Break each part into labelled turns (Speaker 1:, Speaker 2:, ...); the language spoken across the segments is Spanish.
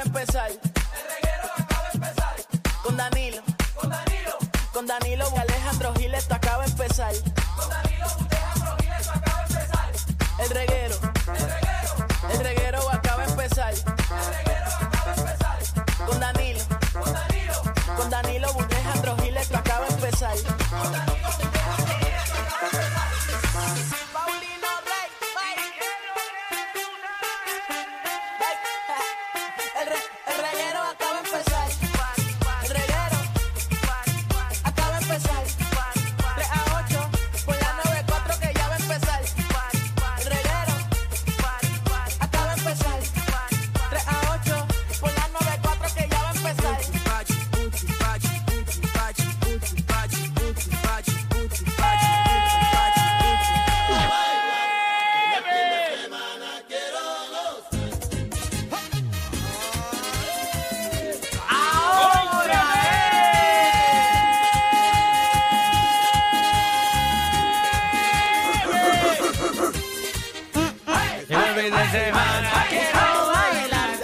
Speaker 1: empezar. El reguero acaba de empezar. Con Danilo. Con Danilo. Con Danilo y Alejandro Gil, esto acaba de empezar. Con Danilo y Alejandro Gil, esto acaba de empezar. El reguero. El reguero. El reguero acaba de empezar. El reguero acaba de empezar. Con Danilo. Con Danilo. Con Danilo y Alejandro Gil, esto acaba de empezar. Con Danilo Paulino Rey, El, re- el reguero acaba de empezar. El reguero acaba de empezar. 3 a 8 por la 94 que ya va a empezar. El reguero acaba de empezar. 3 a 8 por la 94 que ya va a empezar.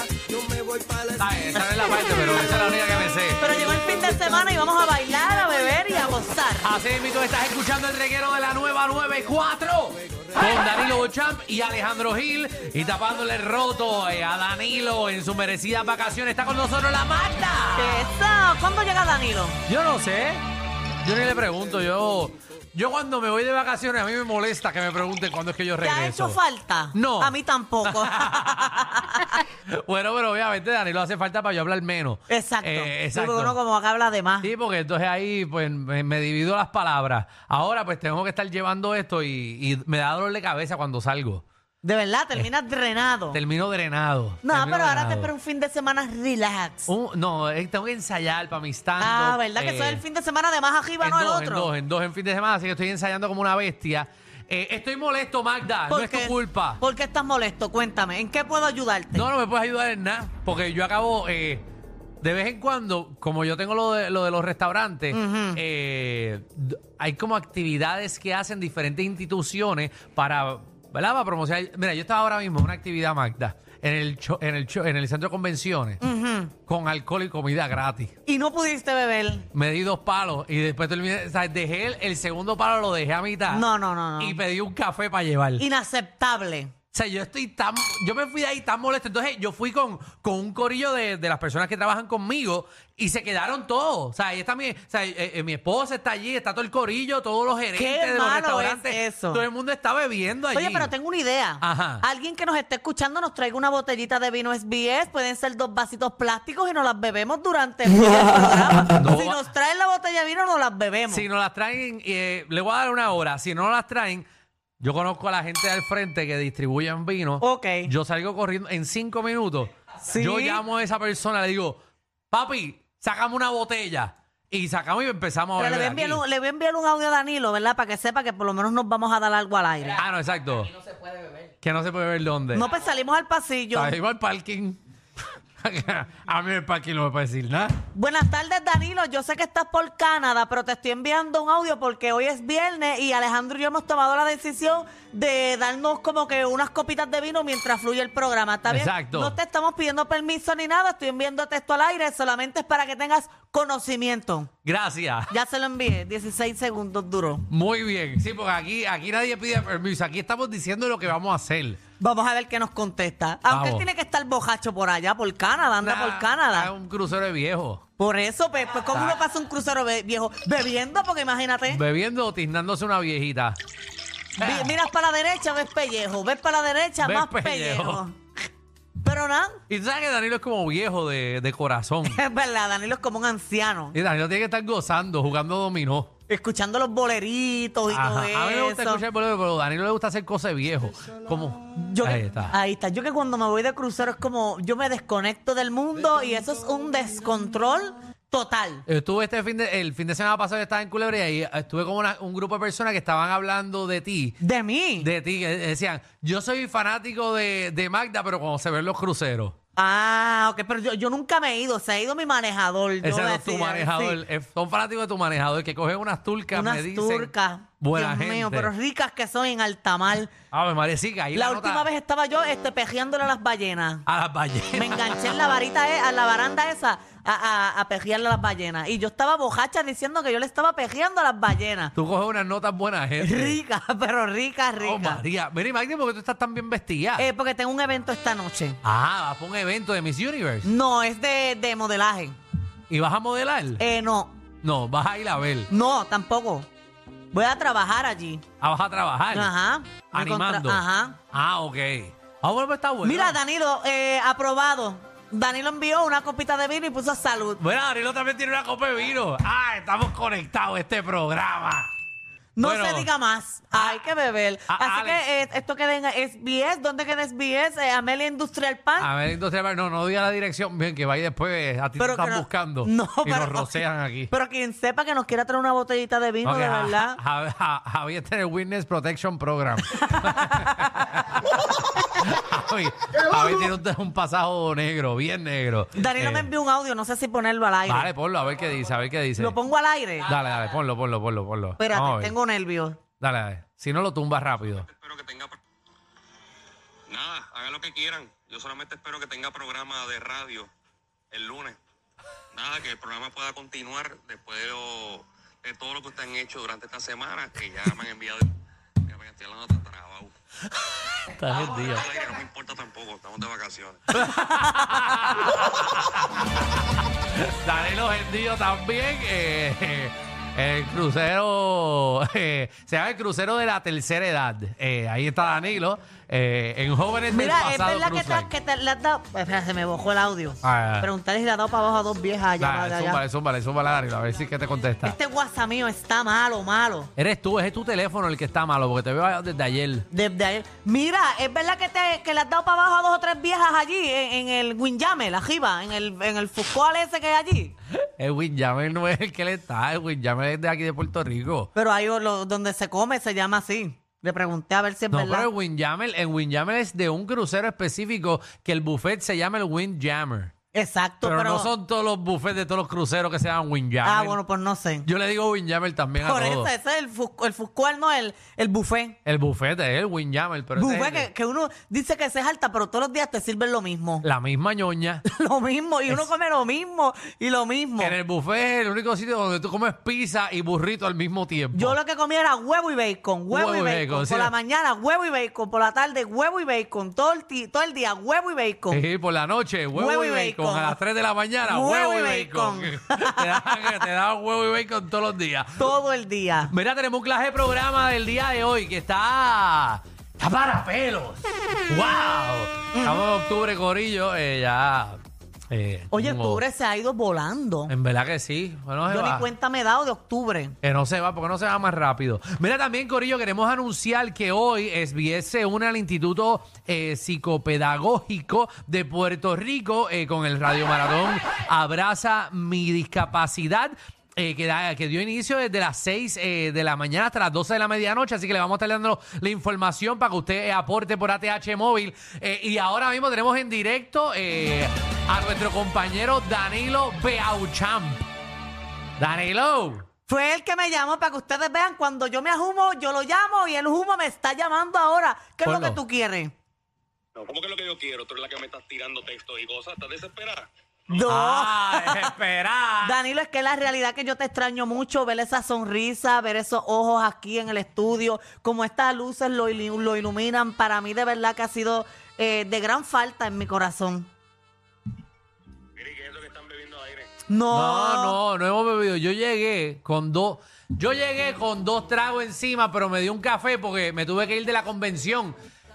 Speaker 2: Esa es la parte, pero esa es la única que me sé.
Speaker 3: Pero llegó el fin de semana y vamos a bailar, a beber y a gozar.
Speaker 2: Así mismo estás escuchando el reguero de la nueva 94 con Danilo Bochamp y Alejandro Gil y tapándole el roto eh, a Danilo en sus merecidas vacaciones. Está con nosotros la Marta.
Speaker 3: Eso. ¿Cuándo llega Danilo?
Speaker 2: Yo no sé. Yo ni le pregunto. Yo, yo cuando me voy de vacaciones a mí me molesta que me pregunten cuándo es que yo
Speaker 3: ¿Te
Speaker 2: regreso.
Speaker 3: ha hecho falta?
Speaker 2: No.
Speaker 3: A mí tampoco.
Speaker 2: Bueno, pero obviamente Danilo hace falta para yo hablar menos.
Speaker 3: exacto.
Speaker 2: Eh,
Speaker 3: Sí,
Speaker 2: exacto.
Speaker 3: porque uno como acá habla de más.
Speaker 2: Sí, porque entonces ahí pues me, me divido las palabras. Ahora pues tengo que estar llevando esto y, y me da dolor de cabeza cuando salgo.
Speaker 3: De verdad, terminas drenado.
Speaker 2: Termino drenado.
Speaker 3: no,
Speaker 2: termino
Speaker 3: pero ahora te
Speaker 2: Eh, drenado.
Speaker 3: espero un fin de semana relax.
Speaker 2: Un- no, eh, tengo que ensayar para eh, mi stand
Speaker 3: ah, ¿verdad? que eso es el fin de semana de más arriba, no el
Speaker 2: dos, en
Speaker 3: otro.
Speaker 2: dos, en dos en fin de semana, así que estoy ensayando como una bestia. Eh, estoy molesto, Magda. No
Speaker 3: ¿Por
Speaker 2: es tu
Speaker 3: qué?
Speaker 2: culpa.
Speaker 3: ¿Por qué estás molesto? Cuéntame. ¿En qué puedo ayudarte?
Speaker 2: No, no me puedes ayudar en nada, porque yo acabo eh, de vez en cuando, como yo tengo lo de, lo de los restaurantes, eh, d- hay como actividades que hacen diferentes instituciones para, ¿verdad? Para promocionar. Mira, yo estaba ahora mismo en una actividad, Magda, en el, cho- en el, cho- en el centro de convenciones, con alcohol y comida gratis.
Speaker 3: Y no pudiste beber.
Speaker 2: Me di dos palos y después terminé, o sea, dejé el, el segundo palo, lo dejé a mitad.
Speaker 3: No, no, no, no.
Speaker 2: Y pedí un café para llevar.
Speaker 3: Inaceptable.
Speaker 2: O sea, yo estoy tan. Yo me fui de ahí tan molesto. Entonces, yo fui con, con un corillo de, de las personas que trabajan conmigo y se quedaron todos. O sea, ahí está mi, o sea, eh, eh, mi esposa está allí, está todo el corillo, todos los gerentes de los
Speaker 3: malo es
Speaker 2: restaurantes.
Speaker 3: eso.
Speaker 2: Todo el mundo está bebiendo allí.
Speaker 3: Oye, pero tengo una idea.
Speaker 2: Ajá.
Speaker 3: Alguien que nos esté escuchando nos traiga una botellita de vino SBS. Pueden ser dos vasitos plásticos y nos las bebemos durante el programa.
Speaker 2: No.
Speaker 3: Si nos traen la botella de vino, nos las bebemos.
Speaker 2: Si no las traen, eh, le voy a dar una hora. Si no las traen, yo conozco a la gente del frente que distribuyen vino.
Speaker 3: Ok.
Speaker 2: Yo salgo corriendo en cinco minutos.
Speaker 3: Sí.
Speaker 2: Yo llamo a esa persona, le digo, papi, sacame una botella. Y sacamos y empezamos a
Speaker 3: Pero le voy, a
Speaker 2: beber
Speaker 3: enviar
Speaker 2: aquí.
Speaker 3: un, le voy a enviar un audio a Danilo, ¿verdad? Para que sepa que por lo menos nos vamos a dar algo al aire.
Speaker 2: Ah, no, exacto. no se puede beber. Que no se puede beber dónde.
Speaker 3: No, pues salimos al pasillo.
Speaker 2: Salimos al parking. a mí el parking no me puede decir nada.
Speaker 3: Buenas tardes, Danilo. Yo sé que estás por Canadá, pero te estoy enviando un audio porque hoy es viernes y Alejandro y yo hemos tomado la decisión de darnos como que unas copitas de vino mientras fluye el programa. ¿Está bien?
Speaker 2: Exacto.
Speaker 3: No te estamos pidiendo permiso ni nada, estoy enviando texto al aire, solamente es para que tengas conocimiento.
Speaker 2: Gracias.
Speaker 3: Ya se lo envié, 16 segundos duró.
Speaker 2: Muy bien. Sí, porque aquí, aquí nadie pide permiso. Aquí estamos diciendo lo que vamos a hacer.
Speaker 3: Vamos a ver qué nos contesta. Aunque él
Speaker 2: Vamos.
Speaker 3: tiene que estar bojacho por allá, por Canadá, anda
Speaker 2: Nah,
Speaker 3: por Canadá.
Speaker 2: Es un crucero de viejo.
Speaker 3: Por eso, pues, pues, ¿cómo
Speaker 2: Ah.
Speaker 3: uno pasa un crucero be- viejo? Bebiendo, porque imagínate.
Speaker 2: Bebiendo o tiznándose una viejita.
Speaker 3: Vi- Miras para la derecha, ves pellejo. Ves para la derecha,
Speaker 2: Ah. Ves
Speaker 3: más
Speaker 2: pellejo.
Speaker 3: pellejo. Pero nada,
Speaker 2: Y tú sabes que Danilo es como viejo de, de corazón.
Speaker 3: es verdad, Danilo es como un anciano.
Speaker 2: y Danilo tiene que estar gozando, jugando dominó.
Speaker 3: Escuchando los boleritos y todo
Speaker 2: Ajá.
Speaker 3: eso.
Speaker 2: A mí me gusta escuchar el bolero, pero a Danilo le gusta hacer cosas de viejo. Como.
Speaker 3: Yo que-
Speaker 2: Ahí está.
Speaker 3: Ahí está. Yo que cuando me voy de crucero es como yo me desconecto del mundo y eso es un descontrol total.
Speaker 2: Estuve este fin de, el fin de semana pasado, yo estaba en Culebra y ahí eh, estuve con una- un grupo de personas que estaban hablando de ti.
Speaker 3: De mí.
Speaker 2: De ti, que decían, yo soy fanático de, de Magda, pero cuando se ven los cruceros.
Speaker 3: Ah, ok, pero yo, yo nunca me he ido, se ha ido mi manejador. yo
Speaker 2: Ese no es
Speaker 3: decía,
Speaker 2: tu
Speaker 3: sí,
Speaker 2: manejador. eh, Son fanáticos de tu manejador que cogen unas turcas,
Speaker 3: unas
Speaker 2: me dicen.
Speaker 3: turcas.
Speaker 2: buena
Speaker 3: Dios
Speaker 2: gente.
Speaker 3: mío, pero ricas que son en Altamar.
Speaker 2: Ave María, sí, que ahí
Speaker 3: la
Speaker 2: la nota-
Speaker 3: última vez estaba yo este, pejeándole a las ballenas.
Speaker 2: A las ballenas.
Speaker 3: Me enganché en la varita, eh, a la baranda esa, a, a, a pejearle a las ballenas. Y yo estaba bojacha diciendo que yo le estaba pejeando a las ballenas.
Speaker 2: Tú coges unas notas buenas, gente.
Speaker 3: Ricas, pero ricas,
Speaker 2: Oh,
Speaker 3: ricas.
Speaker 2: María. Mira, Magdi, porque tú estás tan bien vestida.
Speaker 3: Eh, porque tengo un evento esta noche.
Speaker 2: Ah, vas para un evento de Miss Universe.
Speaker 3: No, es de, de modelaje.
Speaker 2: ¿Y vas a modelar?
Speaker 3: Eh, no,
Speaker 2: no, vas a ir a ver.
Speaker 3: no, tampoco. Voy a trabajar allí.
Speaker 2: Ah, vas a trabajar.
Speaker 3: Ajá. Me
Speaker 2: Animando.
Speaker 3: contra- Ajá.
Speaker 2: Ah, ok. Ah, bueno, pues está bueno.
Speaker 3: Mira, Danilo, eh, aprobado. Danilo envió una copita de vino y puso salud.
Speaker 2: Bueno, Danilo también tiene una copa de vino. Ah, estamos conectados a este programa.
Speaker 3: No
Speaker 2: Bueno.
Speaker 3: se diga más. Hay que beber.
Speaker 2: Ah,
Speaker 3: Así
Speaker 2: Alex.
Speaker 3: que eh, esto queda en SBS. ¿Dónde queda SBS? Eh, Amelia Industrial Park.
Speaker 2: A ver, entonces, no, no diga la dirección. Bien, que vaya después. A ti te
Speaker 3: que
Speaker 2: están
Speaker 3: no-
Speaker 2: buscando.
Speaker 3: No,
Speaker 2: y nos rocean aquí.
Speaker 3: Pero quien sepa que nos quiera traer una botellita de vino,
Speaker 2: Ok, ah,
Speaker 3: de
Speaker 2: ja-
Speaker 3: verdad.
Speaker 2: ja- ja- Javi está en el Witness Protection Program. Javi, Javi tiene un, un pasado negro, bien negro.
Speaker 3: Danilo
Speaker 2: Eh,
Speaker 3: me envió un audio, no sé si ponerlo al aire.
Speaker 2: Vale, ponlo, a ver qué dice, a ver qué dice.
Speaker 3: Lo pongo al aire.
Speaker 2: Dale, dale, ponlo, ponlo, ponlo, ponlo. Vamos a
Speaker 3: Espérate,
Speaker 2: ver.
Speaker 3: tengo nervios.
Speaker 2: Dale, dale. Si no, lo tumbas rápido.
Speaker 4: Espero que tenga. pro- Nada, hagan lo que quieran. Yo solamente espero que tenga programa de radio el lunes. Nada, que el programa pueda continuar después de, lo- de todo lo que ustedes han hecho durante esta semana, que ya me han enviado. Ya me estoy hablando tan trabado.
Speaker 2: Estás
Speaker 4: Al
Speaker 2: vendido.
Speaker 4: aire No me importa tampoco, estamos de vacaciones.
Speaker 2: Dale los gentíos también. eh, el crucero, eh, se llama el crucero de la tercera edad. Eh, ahí está Danilo, eh, en jóvenes del
Speaker 3: Mira, es
Speaker 2: pasado.
Speaker 3: verdad que,
Speaker 2: Cruise Line.
Speaker 3: te, que te- le has dado. Espera, se me bojó el audio.
Speaker 2: Ah.
Speaker 3: Preguntarle si le has dado para abajo a dos viejas allá.
Speaker 2: Dale,
Speaker 3: allá, allá.
Speaker 2: zúmbale, zúmbale, zúmbale, Danilo, a ver si es que te contesta.
Speaker 3: Este WhatsApp mío está malo, malo.
Speaker 2: Eres tú, es tu teléfono el que está malo, porque te veo desde ayer.
Speaker 3: Desde ayer. Mira, es verdad que, te, que le has dado para abajo a dos o tres viejas allí, en, en el Winjame, la jiba, en el, en el Fuscoal ese que hay allí.
Speaker 2: El Winjamel no es el que le está, el Winjamel es de aquí de Puerto Rico.
Speaker 3: Pero ahí lo- donde se come se llama así. Le pregunté a ver si es
Speaker 2: No,
Speaker 3: verdad.
Speaker 2: pero el Windjammer, el Windjammer es de un crucero específico que el buffet se llama el Windjammer.
Speaker 3: Exacto,
Speaker 2: Pero,
Speaker 3: pero.
Speaker 2: no son todos los buffets de todos los cruceros que se llaman Windjammer.
Speaker 3: ah, bueno, pues no sé.
Speaker 2: Yo le digo Windjammer también
Speaker 3: Por
Speaker 2: a
Speaker 3: eso,
Speaker 2: todos.
Speaker 3: ese es el, Fus- el Fuscoal, no el, el buffet.
Speaker 2: El buffet es el Windjammer, pero ese es
Speaker 3: buffet
Speaker 2: el-
Speaker 3: que, que uno dice que se es alta, pero todos los días te sirven lo mismo.
Speaker 2: la misma ñoña.
Speaker 3: lo mismo, y uno come lo mismo y lo mismo.
Speaker 2: En el buffet es el único sitio donde tú comes pizza y burrito al mismo tiempo.
Speaker 3: Yo lo que comía era huevo y bacon, huevo, y bacon. por
Speaker 2: sí.
Speaker 3: la mañana huevo y bacon, por la tarde huevo y bacon, todo el, ti- todo el día huevo y bacon.
Speaker 2: Sí, por la noche, huevo,
Speaker 3: Huevo
Speaker 2: y
Speaker 3: y
Speaker 2: bacon.
Speaker 3: bacon.
Speaker 2: A las 3 de la mañana, huevo,
Speaker 3: Huevo
Speaker 2: y
Speaker 3: y
Speaker 2: bacon. te, dan, te dan huevo y bacon todos los días.
Speaker 3: Todo el día.
Speaker 2: Mira, tenemos un clase de programa del día de hoy que está. Está para pelos. ¡Wow! Estamos en octubre, Corillo. eh, ya. eh,
Speaker 3: Oye,
Speaker 2: como-
Speaker 3: octubre se ha ido volando.
Speaker 2: En verdad que sí. Bueno, se
Speaker 3: Yo
Speaker 2: va.
Speaker 3: ni cuenta me he dado de octubre.
Speaker 2: Que no se va, porque no se va más rápido. Mira, también, Corillo, queremos anunciar que hoy SBS se une al Instituto eh, Psicopedagógico de Puerto Rico eh, con el Radio Maratón Abraza mi discapacidad. eh, que, da- que dio inicio desde las 6 eh, de la mañana hasta las 12 de la medianoche, así que le vamos a estar dando la información para que usted eh, aporte por ATH Móvil. Eh, y ahora mismo tenemos en directo eh, a nuestro compañero Danilo Beauchamp. Danilo.
Speaker 3: Fue el que me llamó para que ustedes vean cuando yo me ajumo, yo lo llamo y el humo me está llamando ahora. ¿Qué es
Speaker 2: Ponlo.
Speaker 3: lo que tú quieres?
Speaker 4: No, ¿Cómo que es lo que yo quiero? Tú eres la que me estás tirando textos y cosas. ¿Estás desesperada?
Speaker 3: No.
Speaker 2: Ah, desesperada.
Speaker 3: Danilo, es que la realidad que yo te extraño mucho, ver esa sonrisa, ver esos ojos aquí en el estudio, como estas luces lo, ilu- lo iluminan, para mí de verdad que ha sido eh, de gran falta en mi corazón.
Speaker 4: Mire, ¿qué es lo que están bebiendo aire?
Speaker 3: No,
Speaker 2: No, no, no hemos bebido. Yo llegué con dos. Yo llegué con dos tragos encima, pero me di un café porque me tuve que ir de la convención.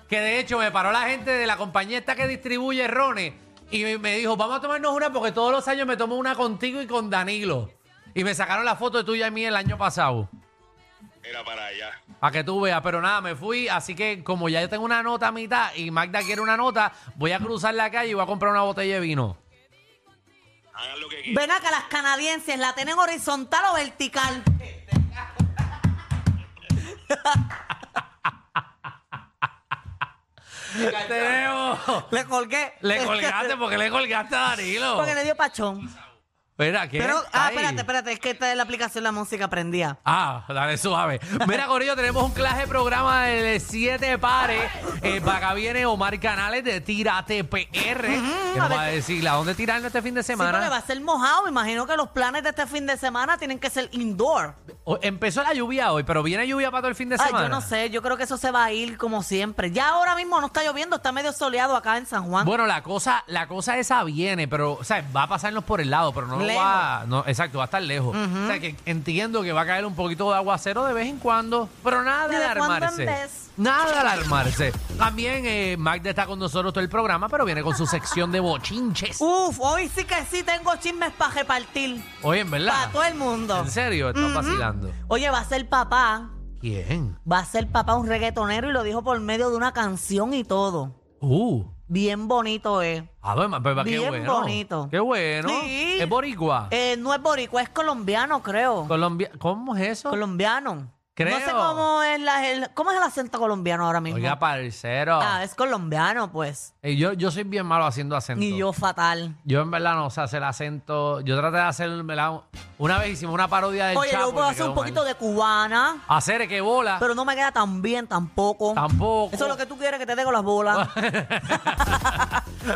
Speaker 2: Que de hecho me paró la gente de la compañía esta que distribuye rones y me- me dijo, vamos a tomarnos una porque todos los años me tomo una contigo y con Danilo. Y me sacaron la foto de tuya y mía el año pasado.
Speaker 4: Era para allá.
Speaker 2: Para que tú veas, pero nada, me fui. Así que como ya yo tengo una nota a mitad y Magda quiere una nota, voy a cruzar la calle y voy a comprar una botella de vino.
Speaker 4: Hagan lo que quieran.
Speaker 3: Ven acá, las canadienses, ¿la tienen horizontal o vertical?
Speaker 2: Tenemos.
Speaker 3: Le colgué.
Speaker 2: Le colgaste porque le colgaste a Danilo.
Speaker 3: Porque le dio pachón.
Speaker 2: Espera, ¿qué?
Speaker 3: Pero,
Speaker 2: Está
Speaker 3: ah,
Speaker 2: ahí.
Speaker 3: espérate, espérate, es que esta es la aplicación La Música Prendía.
Speaker 2: Ah, dale suave. Mira, Corillo, tenemos un clase de programa de siete pares. Eh, para acá viene Omar Canales de Tírate PR. que nos
Speaker 3: a ver
Speaker 2: va a
Speaker 3: qué-
Speaker 2: decirle a dónde tirarnos este fin de
Speaker 3: Sí, porque va
Speaker 2: semana.
Speaker 3: a ser mojado. Me imagino que los planes de este fin de semana tienen que ser indoor.
Speaker 2: O- Empezó la lluvia hoy, pero viene lluvia para todo el fin de
Speaker 3: Ay,
Speaker 2: semana.
Speaker 3: yo no sé, yo creo que eso se va a ir como siempre. Ya ahora mismo no está lloviendo, está medio soleado acá en San Juan.
Speaker 2: Bueno, la cosa, la cosa esa viene, pero, o sea, va a pasarnos por el lado, pero no lo
Speaker 3: Lejos.
Speaker 2: va, no, exacto, va a estar lejos. O sea, que entiendo que va a caer un poquito de aguacero de vez en cuando, pero nada de
Speaker 3: ¿De cuando en
Speaker 2: alarmarse.
Speaker 3: vez?
Speaker 2: Nada de alarmarse. También eh, Magda está con nosotros todo el programa, pero viene con su sección de bochinches.
Speaker 3: Uf, hoy sí que sí tengo chismes para repartir.
Speaker 2: Oye, en verdad.
Speaker 3: Para todo el mundo.
Speaker 2: En serio, estás
Speaker 3: Ujú.
Speaker 2: vacilando.
Speaker 3: Oye, va a ser papá.
Speaker 2: ¿Quién?
Speaker 3: Va a ser papá un reggaetonero y lo dijo por medio de una canción y todo.
Speaker 2: Uh.
Speaker 3: Bien bonito es.
Speaker 2: A ver, ma- pues, qué
Speaker 3: Bien
Speaker 2: bueno.
Speaker 3: bonito.
Speaker 2: Qué bueno.
Speaker 3: Sí.
Speaker 2: Es boricua.
Speaker 3: Eh, no es boricua, es colombiano, creo.
Speaker 2: Colombia. ¿Cómo es eso?
Speaker 3: colombiano.
Speaker 2: Creo.
Speaker 3: No sé cómo es, la- el, cómo es el acento colombiano ahora mismo.
Speaker 2: Oiga, parcero.
Speaker 3: Ah, es colombiano, pues.
Speaker 2: Eh, yo, yo soy bien malo haciendo acento.
Speaker 3: Y yo fatal.
Speaker 2: Yo en verdad no sé hacer acento. Yo traté de hacer, en verdad, una vez hicimos una parodia del
Speaker 3: Oye,
Speaker 2: Chapo.
Speaker 3: yo puedo hacer un poquito de cubana,
Speaker 2: Hacer que bola.
Speaker 3: Ah. pero no me queda tan bien tampoco.
Speaker 2: Tampoco.
Speaker 3: Eso es lo que tú quieres que te dé con las bolas.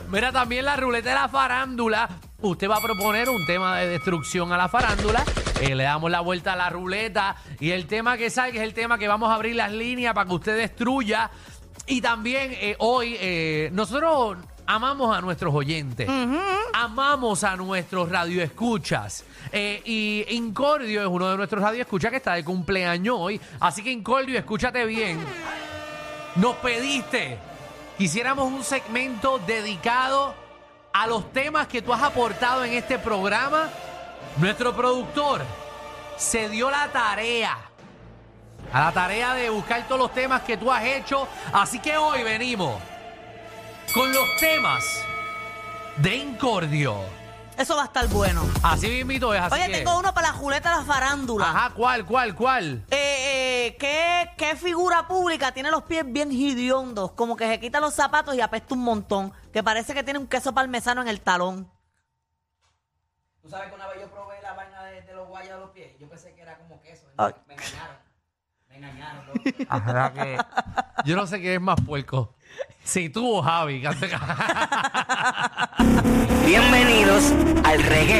Speaker 2: Mira, también la ruleta de la farándula. Usted va a proponer un tema de destrucción a la farándula. Eh, le damos la vuelta a la ruleta. Y el tema que salga es el tema que vamos a abrir las líneas para que usted destruya. Y también eh, hoy, eh, nosotros amamos a nuestros oyentes. Amamos a nuestros radioescuchas. Eh, y Incordio es uno de nuestros radioescuchas que está de cumpleaños hoy. Así que Incordio, escúchate bien. Nos pediste que hiciéramos un segmento dedicado a los temas que tú has aportado en este programa. Nuestro productor se dio la tarea, a la tarea de buscar todos los temas que tú has hecho. Así que hoy venimos con los temas de Incordio.
Speaker 3: Eso va a estar bueno.
Speaker 2: Así mismito es, así
Speaker 3: Oye,
Speaker 2: que-
Speaker 3: tengo uno para la Juleta de la farándula.
Speaker 2: Ajá, ¿cuál, cuál, cuál?
Speaker 3: Eh, eh, ¿qué, qué figura pública tiene los pies bien hidiondos? Como que se quita los zapatos y apesta un montón. Que parece que tiene un queso parmesano en el talón.
Speaker 5: Tú sabes que una vez yo probé la vaina de, de los guayas de los pies. Yo pensé que era como queso.
Speaker 3: Ay.
Speaker 5: Me engañaron. Me engañaron. loco.
Speaker 2: Yo no sé qué es más puerco. Si tú o Javi.
Speaker 6: Bienvenidos al reggae.